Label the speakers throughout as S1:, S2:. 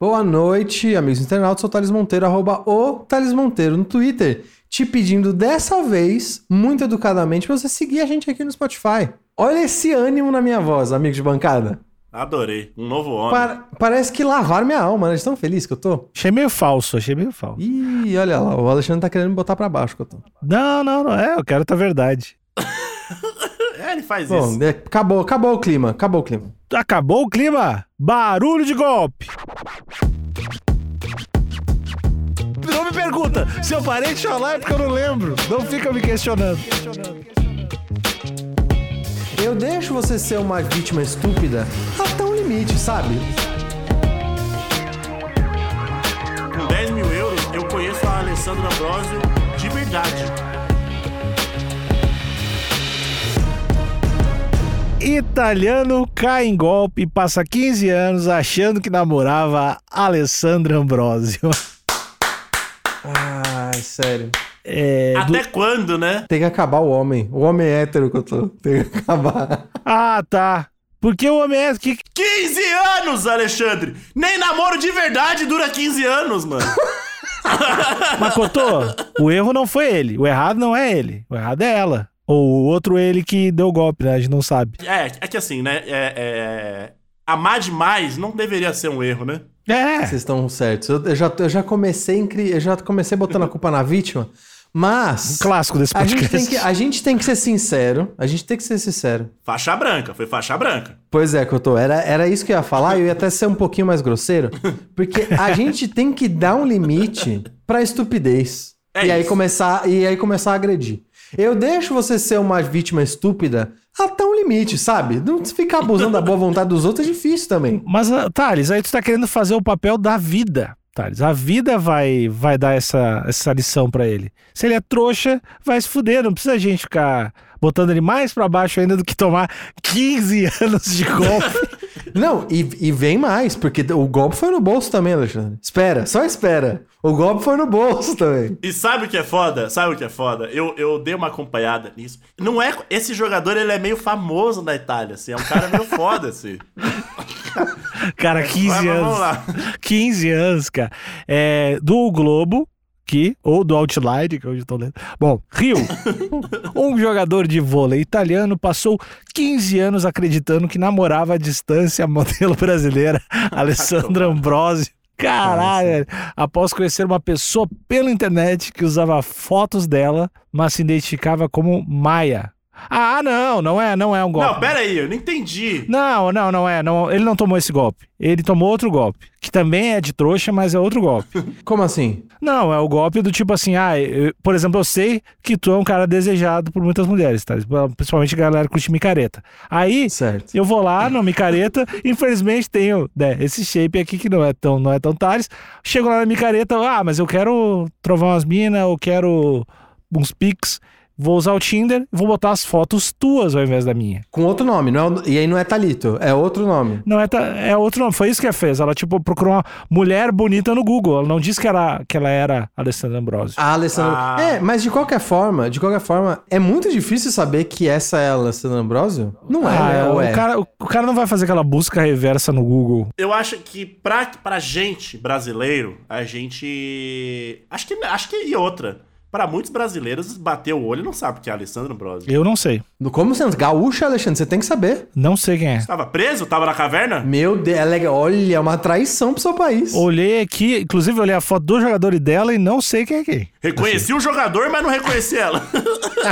S1: Boa noite, amigos internautas. Sou o Thales Monteiro, arroba o Thales Monteiro no Twitter. Te pedindo dessa vez, muito educadamente, pra você seguir a gente aqui no Spotify. Olha esse ânimo na minha voz, amigos de bancada.
S2: Adorei, um novo homem.
S1: Pa- parece que lavaram minha alma, né? De tão feliz que eu tô.
S3: Achei meio falso, achei meio falso.
S1: Ih, olha lá, o Alexandre tá querendo me botar pra baixo, Cotô.
S3: Não, não, não é, eu quero tá verdade.
S2: É, ele faz
S1: Bom,
S2: isso.
S1: é, acabou, acabou o clima, acabou o clima.
S3: Acabou o clima? Barulho de golpe! Não me pergunta se eu parei de falar é porque eu não lembro. Não fica me questionando.
S1: Eu deixo você ser uma vítima estúpida até um limite, sabe?
S2: Com 10 mil euros, eu conheço a Alessandra Ambrosio de verdade.
S3: Italiano cai em golpe e passa 15 anos achando que namorava a Alessandra Ambrosio.
S1: Ai, Ah, sério.
S3: É, do-
S2: Até quando, né?
S1: Tem que acabar o homem. O homem hétero que eu tô. Tem que acabar.
S3: Ah, tá. Porque o homem é que
S2: 15 anos, Alexandre! Nem namoro de verdade dura 15 anos, mano.
S3: macotou. o erro não foi ele. O errado não é ele. O errado é ela. Ou o outro ele que deu o golpe, né? A gente não sabe.
S2: é, é que assim, né? É, é, amar demais não deveria ser um erro, né?
S3: É.
S1: Vocês estão certos. Eu, eu já, eu já comecei em cri- eu já comecei botando a culpa na vítima, mas
S3: um Clássico desse
S1: a
S3: podcast.
S1: gente, tem que, a gente tem que ser sincero. A gente tem que ser sincero.
S2: Faixa branca, foi faixa branca.
S1: Pois é, Cotô, era, era isso que eu ia falar, eu ia até ser um pouquinho mais grosseiro, porque a gente tem que dar um limite pra estupidez.
S2: É
S1: e aí
S2: isso.
S1: começar e aí começar a agredir. Eu deixo você ser uma vítima estúpida até um limite, sabe? Não ficar abusando da boa vontade dos outros é difícil também.
S3: Mas, ah, Thales, aí tu tá querendo fazer o papel da vida, Thales. A vida vai vai dar essa, essa lição pra ele. Se ele é trouxa, vai se fuder. Não precisa a gente ficar botando ele mais pra baixo ainda do que tomar 15 anos de golpe.
S1: Não, e, e vem mais, porque o golpe foi no bolso também, Alexandre. Espera, só espera. O golpe foi no bolso também.
S2: E sabe o que é foda? Sabe o que é foda? Eu, eu dei uma acompanhada nisso. Não é. Esse jogador, ele é meio famoso na Itália, assim. É um cara meio foda, assim.
S3: cara, 15
S2: Mas
S3: anos.
S2: vamos lá.
S3: 15 anos, cara. É, do Globo, que, ou do Outline, que hoje eu tô lendo. Bom, Rio. um jogador de vôlei italiano passou 15 anos acreditando que namorava à distância a modelo brasileira Alessandra Ambrosio. Caralho, velho. após conhecer uma pessoa pela internet que usava fotos dela, mas se identificava como Maia. Ah, não, não é, não é um golpe.
S2: Não, pera aí, eu não entendi.
S3: Não, não, não é. Não, ele não tomou esse golpe. Ele tomou outro golpe. Que também é de trouxa, mas é outro golpe.
S1: Como assim?
S3: não, é o golpe do tipo assim, ah, eu- por exemplo, eu sei que tu é um cara desejado por muitas mulheres, tá? Principalmente a galera que curte micareta. Aí.
S1: Certo.
S3: Eu vou lá na micareta, infelizmente tenho né, esse shape aqui que não é tão não é tão Tales. Chego lá na micareta, ah, mas eu quero trovar umas minas, eu quero uns pics. Vou usar o Tinder, vou botar as fotos tuas ao invés da minha.
S1: Com outro nome, não é- e aí não é Talito, é outro nome.
S3: Não, é, ta- é outro nome. Foi isso que ela fez. Ela, tipo, procurou uma mulher bonita no Google. Ela não disse que, era, que ela era Alessandra Ambrosio.
S1: A Alessandra.
S2: Ah.
S1: É, mas de qualquer forma, de qualquer forma, é muito difícil saber que essa é a Alessandra Ambrosio? Não é, né? Ou
S3: Ah, o,
S1: é?
S3: Cara, o, o cara não vai fazer aquela busca reversa no Google.
S2: Eu acho que pra, pra gente, brasileiro, a gente. Acho que, acho que e outra. Pra muitos brasileiros, bater o olho não sabe o que é Alessandro Ambrosio.
S3: Eu não sei.
S1: Como sendo gaúcha, Alexandre, você tem que saber.
S3: Não sei quem é.
S2: Tava preso? Tava na caverna?
S1: Meu Deus, é legal. Olha, é uma traição pro seu país.
S3: Olhei aqui, inclusive olhei a foto do jogador e dela e não sei quem é quem.
S2: Reconheci o jogador, mas não reconheci ela.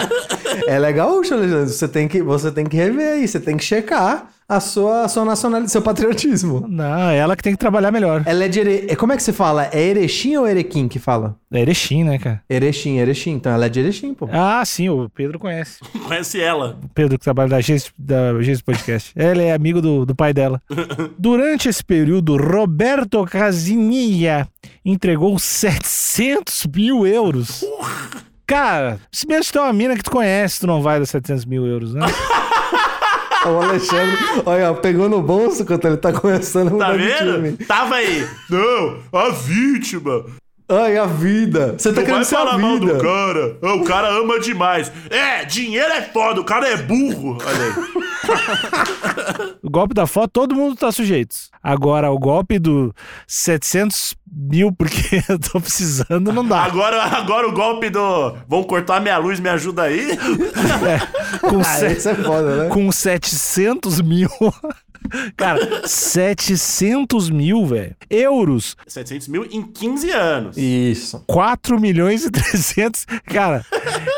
S1: Ela é gaúcha, Alexandre. Você tem que, você tem que rever aí, você tem que checar a sua, a sua nacionalidade, seu patriotismo.
S3: Não, é ela que tem que trabalhar melhor.
S1: Ela é de Ere... é- Como é que se fala? É Erechim ou Erequim que fala?
S3: É Erechim, né, cara?
S1: Erechim, Erechim. Então ela é de Erechim, pô.
S3: Ah, sim, o Pedro conhece.
S2: Conheci ela.
S3: Pedro, que trabalha da agência, da agência podcast. Ele é amigo do, do pai dela. Durante esse período, Roberto Casinha entregou 700 mil euros. Cara, se mesmo que tem uma mina que tu conhece, tu não vai dar 700 mil euros, né?
S1: O Alexandre, olha, pegou no bolso quando ele tá começando a
S2: Tá
S1: mudar de time.
S2: vendo? Tava aí. Não, a vítima.
S1: Ai, a vida. Você tá
S2: Não
S1: querendo
S2: vai
S1: ser a
S2: falar mal do
S1: vida.
S2: cara. Ah, o cara ama demais. É, dinheiro é foda, o cara é burro. Olha aí.
S3: O golpe da foto, todo mundo tá sujeito. Agora, o golpe do 700 mil porque eu tô precisando, não dá.
S2: Agora, agora o golpe do. Vão cortar minha luz, me ajuda aí.
S3: É, com,
S1: Ah,
S3: se-
S1: isso é foda, né?
S3: com 700 mil. Cara, 700 mil, velho. Euros,
S2: 700 mil em 15 anos.
S1: Isso.
S3: 4 milhões e 300. Cara,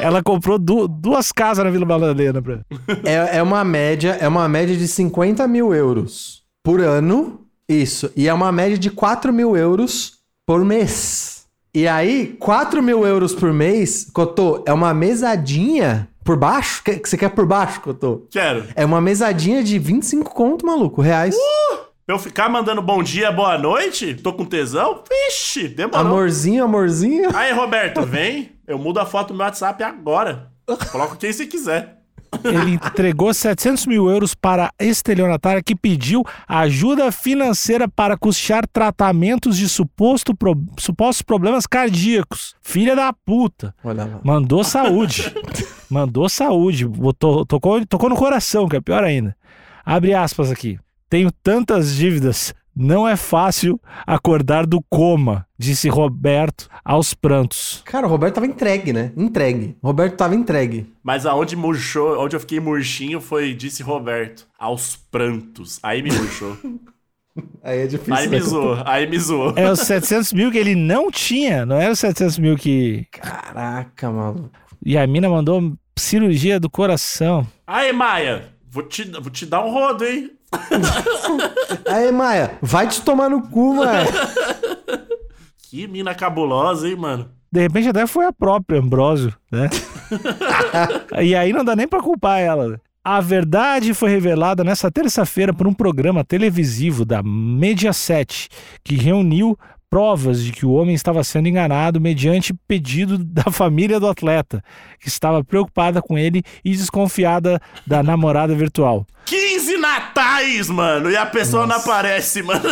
S3: ela comprou du- duas casas na Vila Madalena. Pra...
S1: É, é uma média, é uma média de 50 mil euros por ano. Isso. E é uma média de 4 mil euros por mês. E aí, 4 mil euros por mês, Cotô, é uma mesadinha por baixo? Que, que você quer por baixo, Cotô?
S2: Quero.
S1: É uma mesadinha de 25 conto, maluco, reais.
S2: Pra eu ficar mandando bom dia, boa noite? Tô com tesão? Vixe, demorou.
S1: amorzinho, amorzinho.
S2: Aí, Roberto, vem. Eu mudo a foto do meu WhatsApp agora. Coloca quem você quiser.
S3: Ele entregou 700 mil euros para a estelionatária que pediu ajuda financeira para custear tratamentos de suposto pro- supostos problemas cardíacos. Filha da puta.
S1: Olha lá.
S3: Mandou saúde. Mandou saúde. Botou- tocou, tocou no coração, que é pior ainda. Abre aspas aqui. Tenho tantas dívidas. Não é fácil acordar do coma, disse Roberto aos prantos.
S1: Cara, o Roberto tava entregue, né? Entregue. O Roberto tava entregue.
S2: Mas aonde murchou, onde eu fiquei murchinho foi, disse Roberto, aos prantos. Aí me murchou.
S1: Aí é difícil.
S2: aí
S1: né?
S2: me zoou, aí me zoou.
S3: É os 700 mil que ele não tinha, não era os 700 mil que.
S1: Caraca, maluco.
S3: E a mina mandou cirurgia do coração.
S2: Aí, Maia, vou te, vou te dar um rodo, hein?
S1: Aí, Maia, vai te tomar no cu, Maia.
S2: Que mina cabulosa, hein, mano?
S3: De repente até foi a própria Ambrósio, né? e aí não dá nem pra culpar ela. A verdade foi revelada nessa terça-feira por um programa televisivo da Mediaset, que reuniu provas de que o homem estava sendo enganado mediante pedido da família do atleta, que estava preocupada com ele e desconfiada da namorada virtual.
S2: 15 natais, mano! E a pessoa não aparece, mano.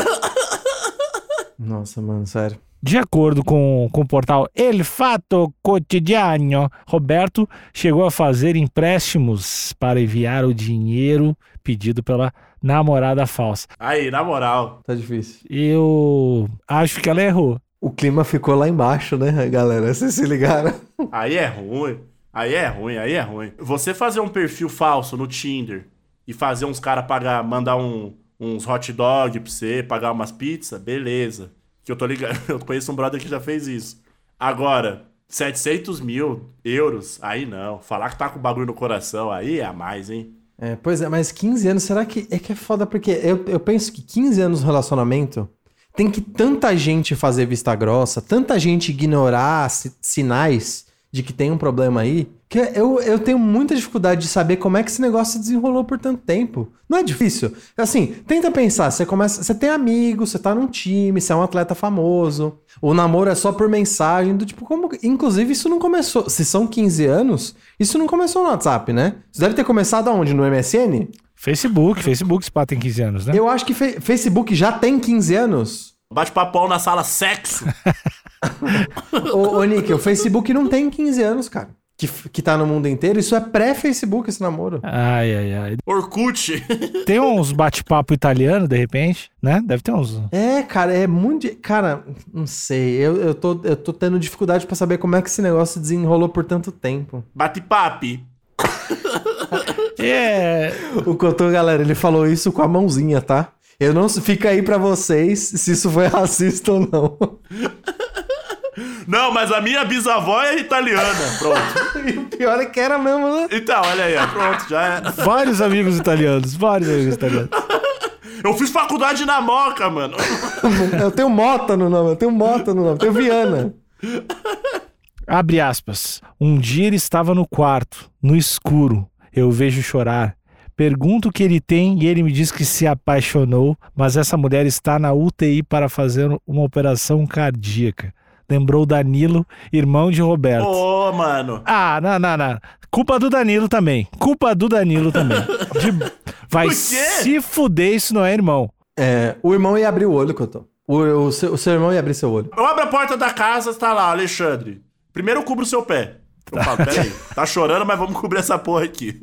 S1: Nossa, mano, sério.
S3: De acordo com, com o portal El Fato Cotidiano, Roberto chegou a fazer empréstimos para enviar o dinheiro pedido pela namorada falsa.
S2: Aí, na moral.
S1: Tá difícil.
S3: Eu acho que ela errou.
S1: O clima ficou lá embaixo, né, galera? Vocês se ligaram?
S2: Aí é ruim. Aí é ruim, aí é ruim. Você fazer um perfil falso no Tinder e fazer uns caras pagar, mandar um- uns hot dog pra você, pagar umas pizzas, beleza. Que eu tô ligado, eu conheço um brother que já fez isso. Agora, 700 mil euros, aí não. Falar que tá com bagulho no coração, aí é a mais, hein?
S1: É, pois é, mas 15 anos, será que é que é foda? Porque eu, eu penso que 15 anos de relacionamento tem que tanta gente fazer vista grossa, tanta gente ignorar si- sinais de que tem um problema aí, que eu, eu tenho muita dificuldade de saber como é que esse negócio se desenrolou por tanto tempo. Não é difícil. Assim, tenta pensar, você começa, você tem amigos, você tá num time, você é um atleta famoso, o namoro é só por mensagem, do tipo, como. Inclusive, isso não começou. Se são 15 anos, isso não começou no WhatsApp, né? Isso deve ter começado aonde? No MSN?
S3: Facebook, Facebook, esse pá tem 15 anos, né?
S1: Eu acho que fe- Facebook já tem 15 anos.
S2: Bate papão na sala sexo.
S1: ô, ô, Nick, o Facebook não tem 15 anos, cara. Que, f- que tá no mundo inteiro. Isso é pré-Facebook esse namoro.
S3: Ai, ai, ai.
S2: Orkut.
S3: Tem uns bate-papo italiano, de repente, né? Deve ter uns.
S1: É, cara, é muito. di- Cara, não sei. Eu, eu, tô, eu tô tendo dificuldade pra saber como é que esse negócio desenrolou por tanto tempo.
S2: Bate papi.
S3: É.
S1: O Cotô, galera, ele falou isso com a mãozinha, tá? Eu não. Fica aí pra vocês se isso foi racista ou não.
S2: Não, mas a minha bisavó é italiana. Pronto.
S1: E o pior é que era mesmo, né?
S2: Então, olha aí, ó. pronto, já é.
S3: Vários amigos italianos, vários amigos italianos.
S2: Eu fiz faculdade na Moca, mano.
S1: Eu tenho Mota no nome, eu tenho Mota no nome, eu tenho Viana.
S3: Abre aspas. Um dia ele estava no quarto, no escuro. Eu o vejo chorar. Pergunto o que ele tem e ele me diz que se apaixonou, mas essa mulher está na UTI para fazer uma operação cardíaca. Lembrou Danilo, irmão de Roberto.
S2: Ô, mano.
S3: Ah, não, não, não. Culpa do Danilo também. Culpa do Danilo também. De- Vai
S2: Por quê?
S3: se fuder, isso não é irmão.
S1: É, o irmão ia abrir o olho, Cotô. O, o, seu, o seu irmão ia abrir seu olho.
S2: Eu abro a porta da casa, tá lá, Alexandre. Primeiro eu cubro o seu pé. Eu falo, peraí, tá chorando, mas vamos cobrir essa porra aqui.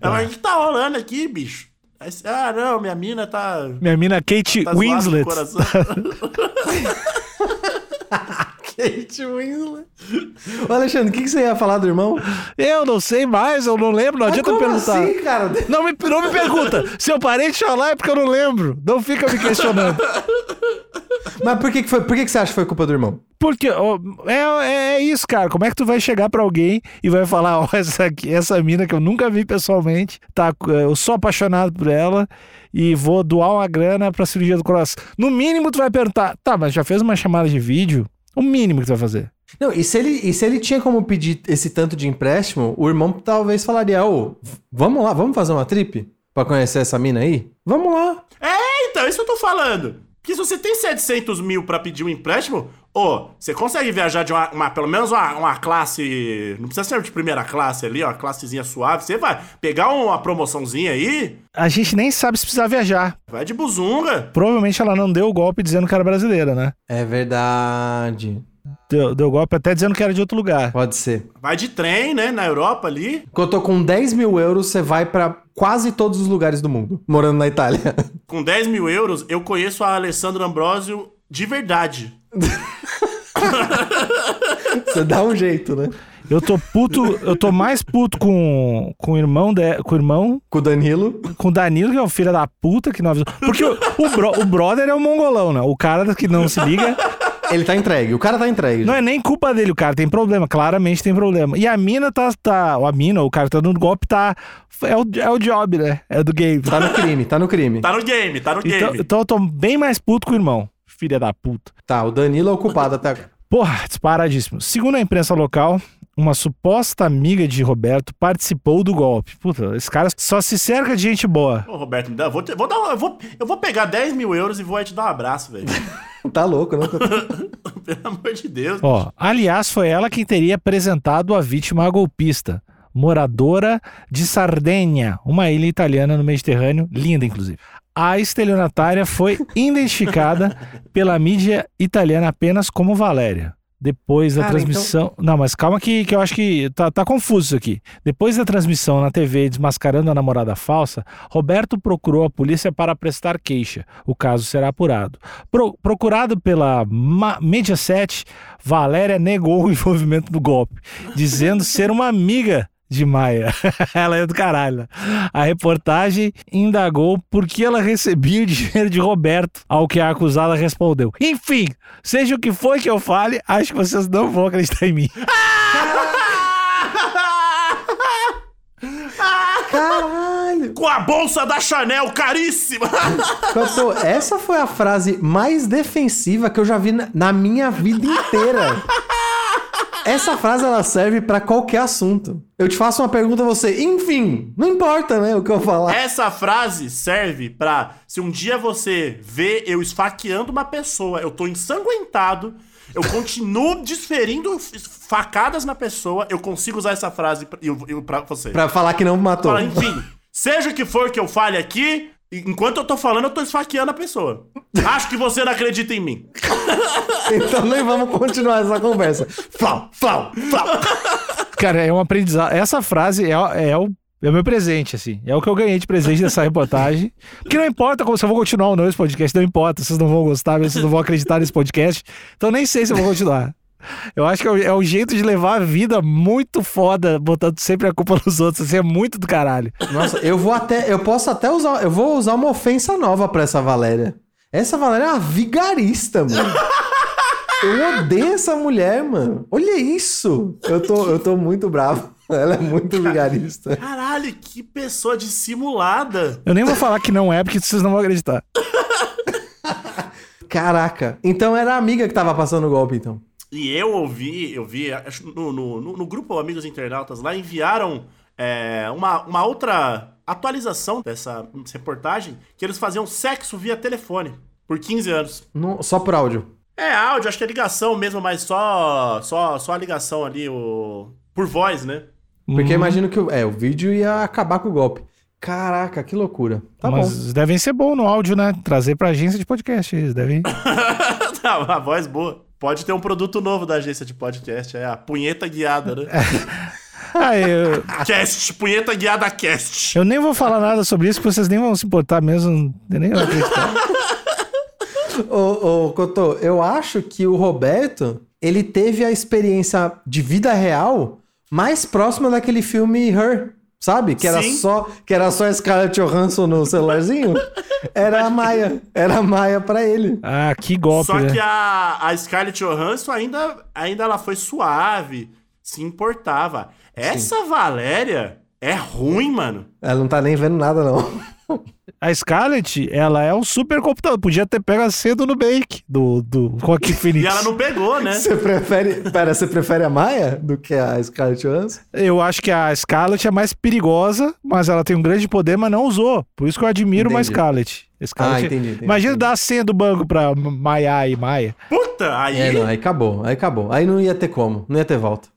S2: Ela, o que tá rolando aqui, bicho? Aí você, ah, não, minha mina tá.
S3: Minha mina Kate
S2: tá zoada do
S3: Winslet.
S2: coração.
S1: Kate Winslet. Ô, Alexandre, o que, que você ia falar do irmão?
S3: Eu não sei mais, eu não lembro, não
S1: Mas
S3: adianta
S1: como
S3: perguntar.
S1: assim, cara?
S3: Não me, não me pergunta. Se eu parei de falar é porque eu não lembro. Não fica me questionando.
S1: Mas por que, que foi, por que, que você acha que foi culpa do irmão?
S3: Porque ó, é, é isso, cara. Como é que tu vai chegar pra alguém e vai falar, ó, essa, aqui- essa mina que eu nunca vi pessoalmente, tá, eu sou apaixonado por ela e vou doar uma grana pra cirurgia do coração. No mínimo tu vai perguntar, tá, mas já fez uma chamada de vídeo? O mínimo que tu vai fazer.
S1: Não, e se, ele, e se ele tinha como pedir esse tanto de empréstimo, o irmão talvez falaria, ô, v- vamos lá, vamos fazer uma trip? Pra conhecer essa mina aí? Vamos lá.
S2: É, então, isso eu tô falando. Porque se você tem 700 mil pra pedir um empréstimo, ô, você consegue viajar de uma, uma- pelo menos uma, uma classe. Não precisa ser de primeira classe ali, ó, classezinha suave. Você vai pegar um, uma promoçãozinha aí,
S3: A gente nem sabe se precisar viajar.
S2: vai de buzunga.
S3: Provavelmente ela não deu o golpe dizendo que era brasileira, né?
S1: É verdade.
S3: Deu, deu golpe até dizendo que era de outro lugar.
S1: Pode ser.
S2: Vai de trem, né, na Europa ali.
S1: Quando eu tô com 10 mil euros, você vai pra quase todos os lugares do mundo, morando na Itália.
S2: Com 10 mil euros, eu conheço a Alessandra Ambrosio de verdade.
S1: Você dá um jeito, né?
S3: Eu tô puto, eu tô mais puto com, com o irmão, de, com o irmão,
S1: Com o Danilo.
S3: com o Danilo, que é o filho da puta que não avisou. Porque o, o, bro- o brother é o mongolão, né? O cara que não se liga.
S1: Ele tá entregue, o cara tá entregue.
S3: Não é nem culpa dele, o cara tem problema, claramente tem problema. E a mina tá. tá ou a mina, ou o cara que tá dando golpe, tá. É o, é o job, né? É do game.
S1: Tá no crime, tá no crime.
S2: Tá no game, tá no
S3: Então,
S2: game.
S3: então eu tô bem mais puto com o irmão, filha da puta.
S1: Tá, o Danilo é o culpado até agora.
S3: Porra, disparadíssimo. Segundo a imprensa local, uma suposta amiga de Roberto participou do golpe. Puta, esse cara só se cerca de gente boa.
S2: Ô, Roberto, me dá. eu Vou, te- vou dar, uma- eu, vou, eu vou pegar 10 mil euros e vou aí te dar um abraço, velho.
S1: Tá louco, né?
S2: Pelo amor de Deus.
S3: Ó, aliás, foi ela quem teria apresentado a vítima à golpista, moradora de Sardenha, uma ilha italiana no Mediterrâneo, linda inclusive. A estelionatária foi identificada pela mídia italiana apenas como Valéria. Depois da
S1: Cara,
S3: transmissão. Não, mas calma que, que eu acho que tá, tá confuso isso aqui. Depois da transmissão na TV desmascarando a namorada falsa, Roberto procurou a polícia para prestar queixa. O caso será apurado. Pro- procurado pela Ma Mediaset, Valéria negou o envolvimento no golpe, dizendo ser uma amiga de Maia. ela é do caralho. né? A reportagem indagou por que ela recebia o dinheiro de Roberto, ao que a acusada respondeu. Enfim, seja o que for que eu fale, acho que vocês não vão acreditar em mim.
S1: Caralho!
S2: Com a bolsa da Chanel caríssima!
S1: Cotô, essa foi a frase mais defensiva que eu já vi na, na minha vida inteira. Essa frase ela serve pra qualquer assunto. Eu te faço uma pergunta, você, enfim, não importa, né, o que eu falar.
S2: Essa frase serve pra se um dia você vê eu esfaqueando uma pessoa, eu tô ensanguentado, eu continuo desferindo f- facadas na pessoa, eu consigo usar essa frase pra, eu, eu, pra você.
S1: Pra falar que não matou.
S2: Fala, enfim, seja o que for que eu fale aqui, e- enquanto eu tô falando, eu tô esfaqueando a pessoa. Acho que você não acredita em mim.
S1: Então nem vamos continuar essa conversa. Flau, flau, flau.
S3: Cara, é um aprendizado. Essa frase é, é o. É o meu presente, assim. É o que eu ganhei de presente dessa reportagem. Porque não importa como- se eu vou continuar ou não esse podcast, não importa. Vocês não vão gostar, vocês não vão acreditar nesse podcast. Então nem sei se eu vou continuar. Eu acho que é o- é um jeito de levar a vida muito foda, botando sempre a culpa nos outros. Assim, é muito do caralho.
S1: Nossa, eu vou até, eu posso até usar, eu vou usar uma ofensa nova pra essa Valéria. Essa Valéria é uma vigarista, mano. Eu odeio essa mulher, mano. Olha isso. Eu tô, eu tô muito bravo. Ela é muito vigarista.
S2: Caralho, que pessoa dissimulada.
S3: Eu nem vou falar que não é, porque vocês não vão acreditar.
S1: Caraca. Então era a amiga que tava passando o golpe, então.
S2: E eu ouvi, eu vi, acho, no, no, no, no grupo Amigos Internautas lá, enviaram é, uma, uma outra atualização dessa reportagem, que eles faziam sexo via telefone por 15 anos.
S1: No- só por áudio.
S2: É, áudio, acho que é ligação mesmo, mas só, só, só a ligação ali, o... por voz, né?
S1: Porque eu
S3: Hum,
S1: imagino que o- é, o vídeo ia acabar com o golpe. Caraca, que loucura. Tá bom.
S3: mas devem ser bom no áudio, né? Trazer pra agência de podcast. Eles devem.
S2: Tá, uma voz boa. Pode ter um produto novo da agência de podcast, é a punheta guiada, né?
S3: Ah, eu,
S2: cast, punheta guiada cast.
S3: eu nem vou falar nada sobre isso, porque vocês nem vão se importar mesmo. Eu nem vou acreditar.
S1: Ô, ô, Cotô, eu acho que o Roberto, ele teve a experiência de vida real mais próxima daquele filme Her, sabe? Que era
S2: Sim.
S1: só que era só a Scarlett Johansson no celularzinho. Era a Maia, era a Maia pra ele.
S3: Ah, que golpe,
S2: Só
S3: né?
S2: que a, a Scarlett Johansson ainda, ainda ela foi suave, se importava. Essa Valéria é ruim, mano.
S1: Ela não tá nem vendo nada não.
S3: A Scarlett, ela é um super computador. Podia ter pego a cedo no Bake do, do Rock Phoenix.
S2: E ela não pegou, né?
S1: Você prefere, pera, você prefere a Maia do que a Scarlett Johansson?
S3: Eu acho que a Scarlett é mais perigosa, mas ela tem um grande poder, mas não usou. Por isso que eu admiro uma
S1: Entendi.
S3: Scarlett. A Scarlett-
S1: Ah, entendi, entendi.
S3: Imagina dar a senha do banco pra Maia e Maia.
S2: Puta, aí.
S1: É, não,
S2: não.
S1: aí acabou, aí acabou. Aí não ia ter como, não ia ter volta.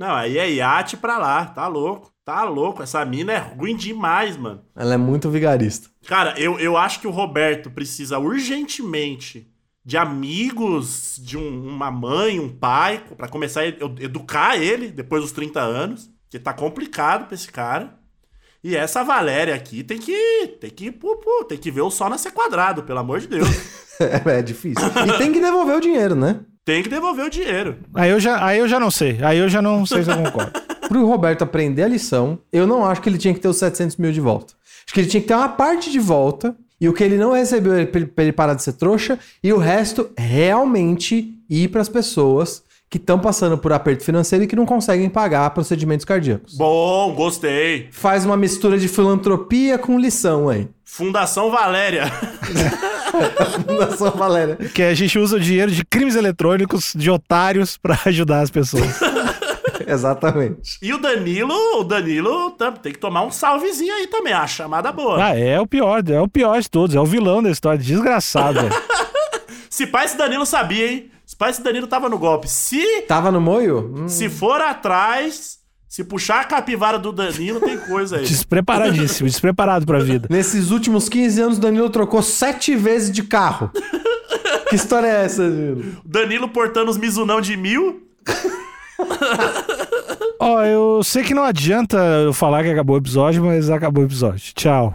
S2: aí é iate pra lá. Tá louco. Tá louco. Essa mina é ruim demais, mano.
S1: Ela é muito vigarista.
S2: Cara, eu, eu acho que o Roberto precisa urgentemente de amigos, de um- uma mãe, um pai, pra começar a ed- educar ele depois dos 30 anos, que tá complicado pra esse cara. E essa Valéria aqui tem que tem que pô, pô, tem que ver o sol nascer quadrado, pelo amor de Deus.
S1: É, difícil. E tem que devolver o dinheiro, né?
S2: tem que devolver o dinheiro.
S3: Aí eu, já, aí eu já não sei. Aí eu já não sei se eu concordo.
S1: Pro Roberto aprender a lição, eu não acho que ele tinha que ter os 700 mil de volta. Acho que ele tinha que ter uma parte de volta e o que ele não recebeu ele- pra ele- pra ele parar de ser trouxa e o resto realmente ir pras pessoas que estão passando por aperto financeiro e que não conseguem pagar procedimentos cardíacos.
S2: Bom, gostei.
S1: Faz uma mistura de filantropia com lição aí.
S2: Fundação Valéria.
S1: Fundação Valéria.
S3: Porque a gente usa o dinheiro de crimes eletrônicos, de otários, pra ajudar as pessoas.
S1: Exatamente.
S2: E o Danilo, o Danilo tam- tem que tomar um salvezinho aí também, a chamada boa.
S3: Ah, é o pior, é o pior de todos. É o vilão da história, desgraçado. velho.
S2: Se pai esse Danilo sabia, hein? Se pai esse Danilo tava no golpe. Se
S1: Tava no moio? Hum.
S2: se for atrás, se puxar a capivara do Danilo, tem coisa aí.
S3: Despreparadíssimo, despreparado pra vida.
S1: Nesses últimos 15 anos, o Danilo trocou sete vezes de carro. que história é essa, Danilo?
S2: Danilo portando os Mizunão de mil.
S3: Ó, eu sei que não adianta eu falar que acabou o episódio, mas acabou o episódio. Tchau.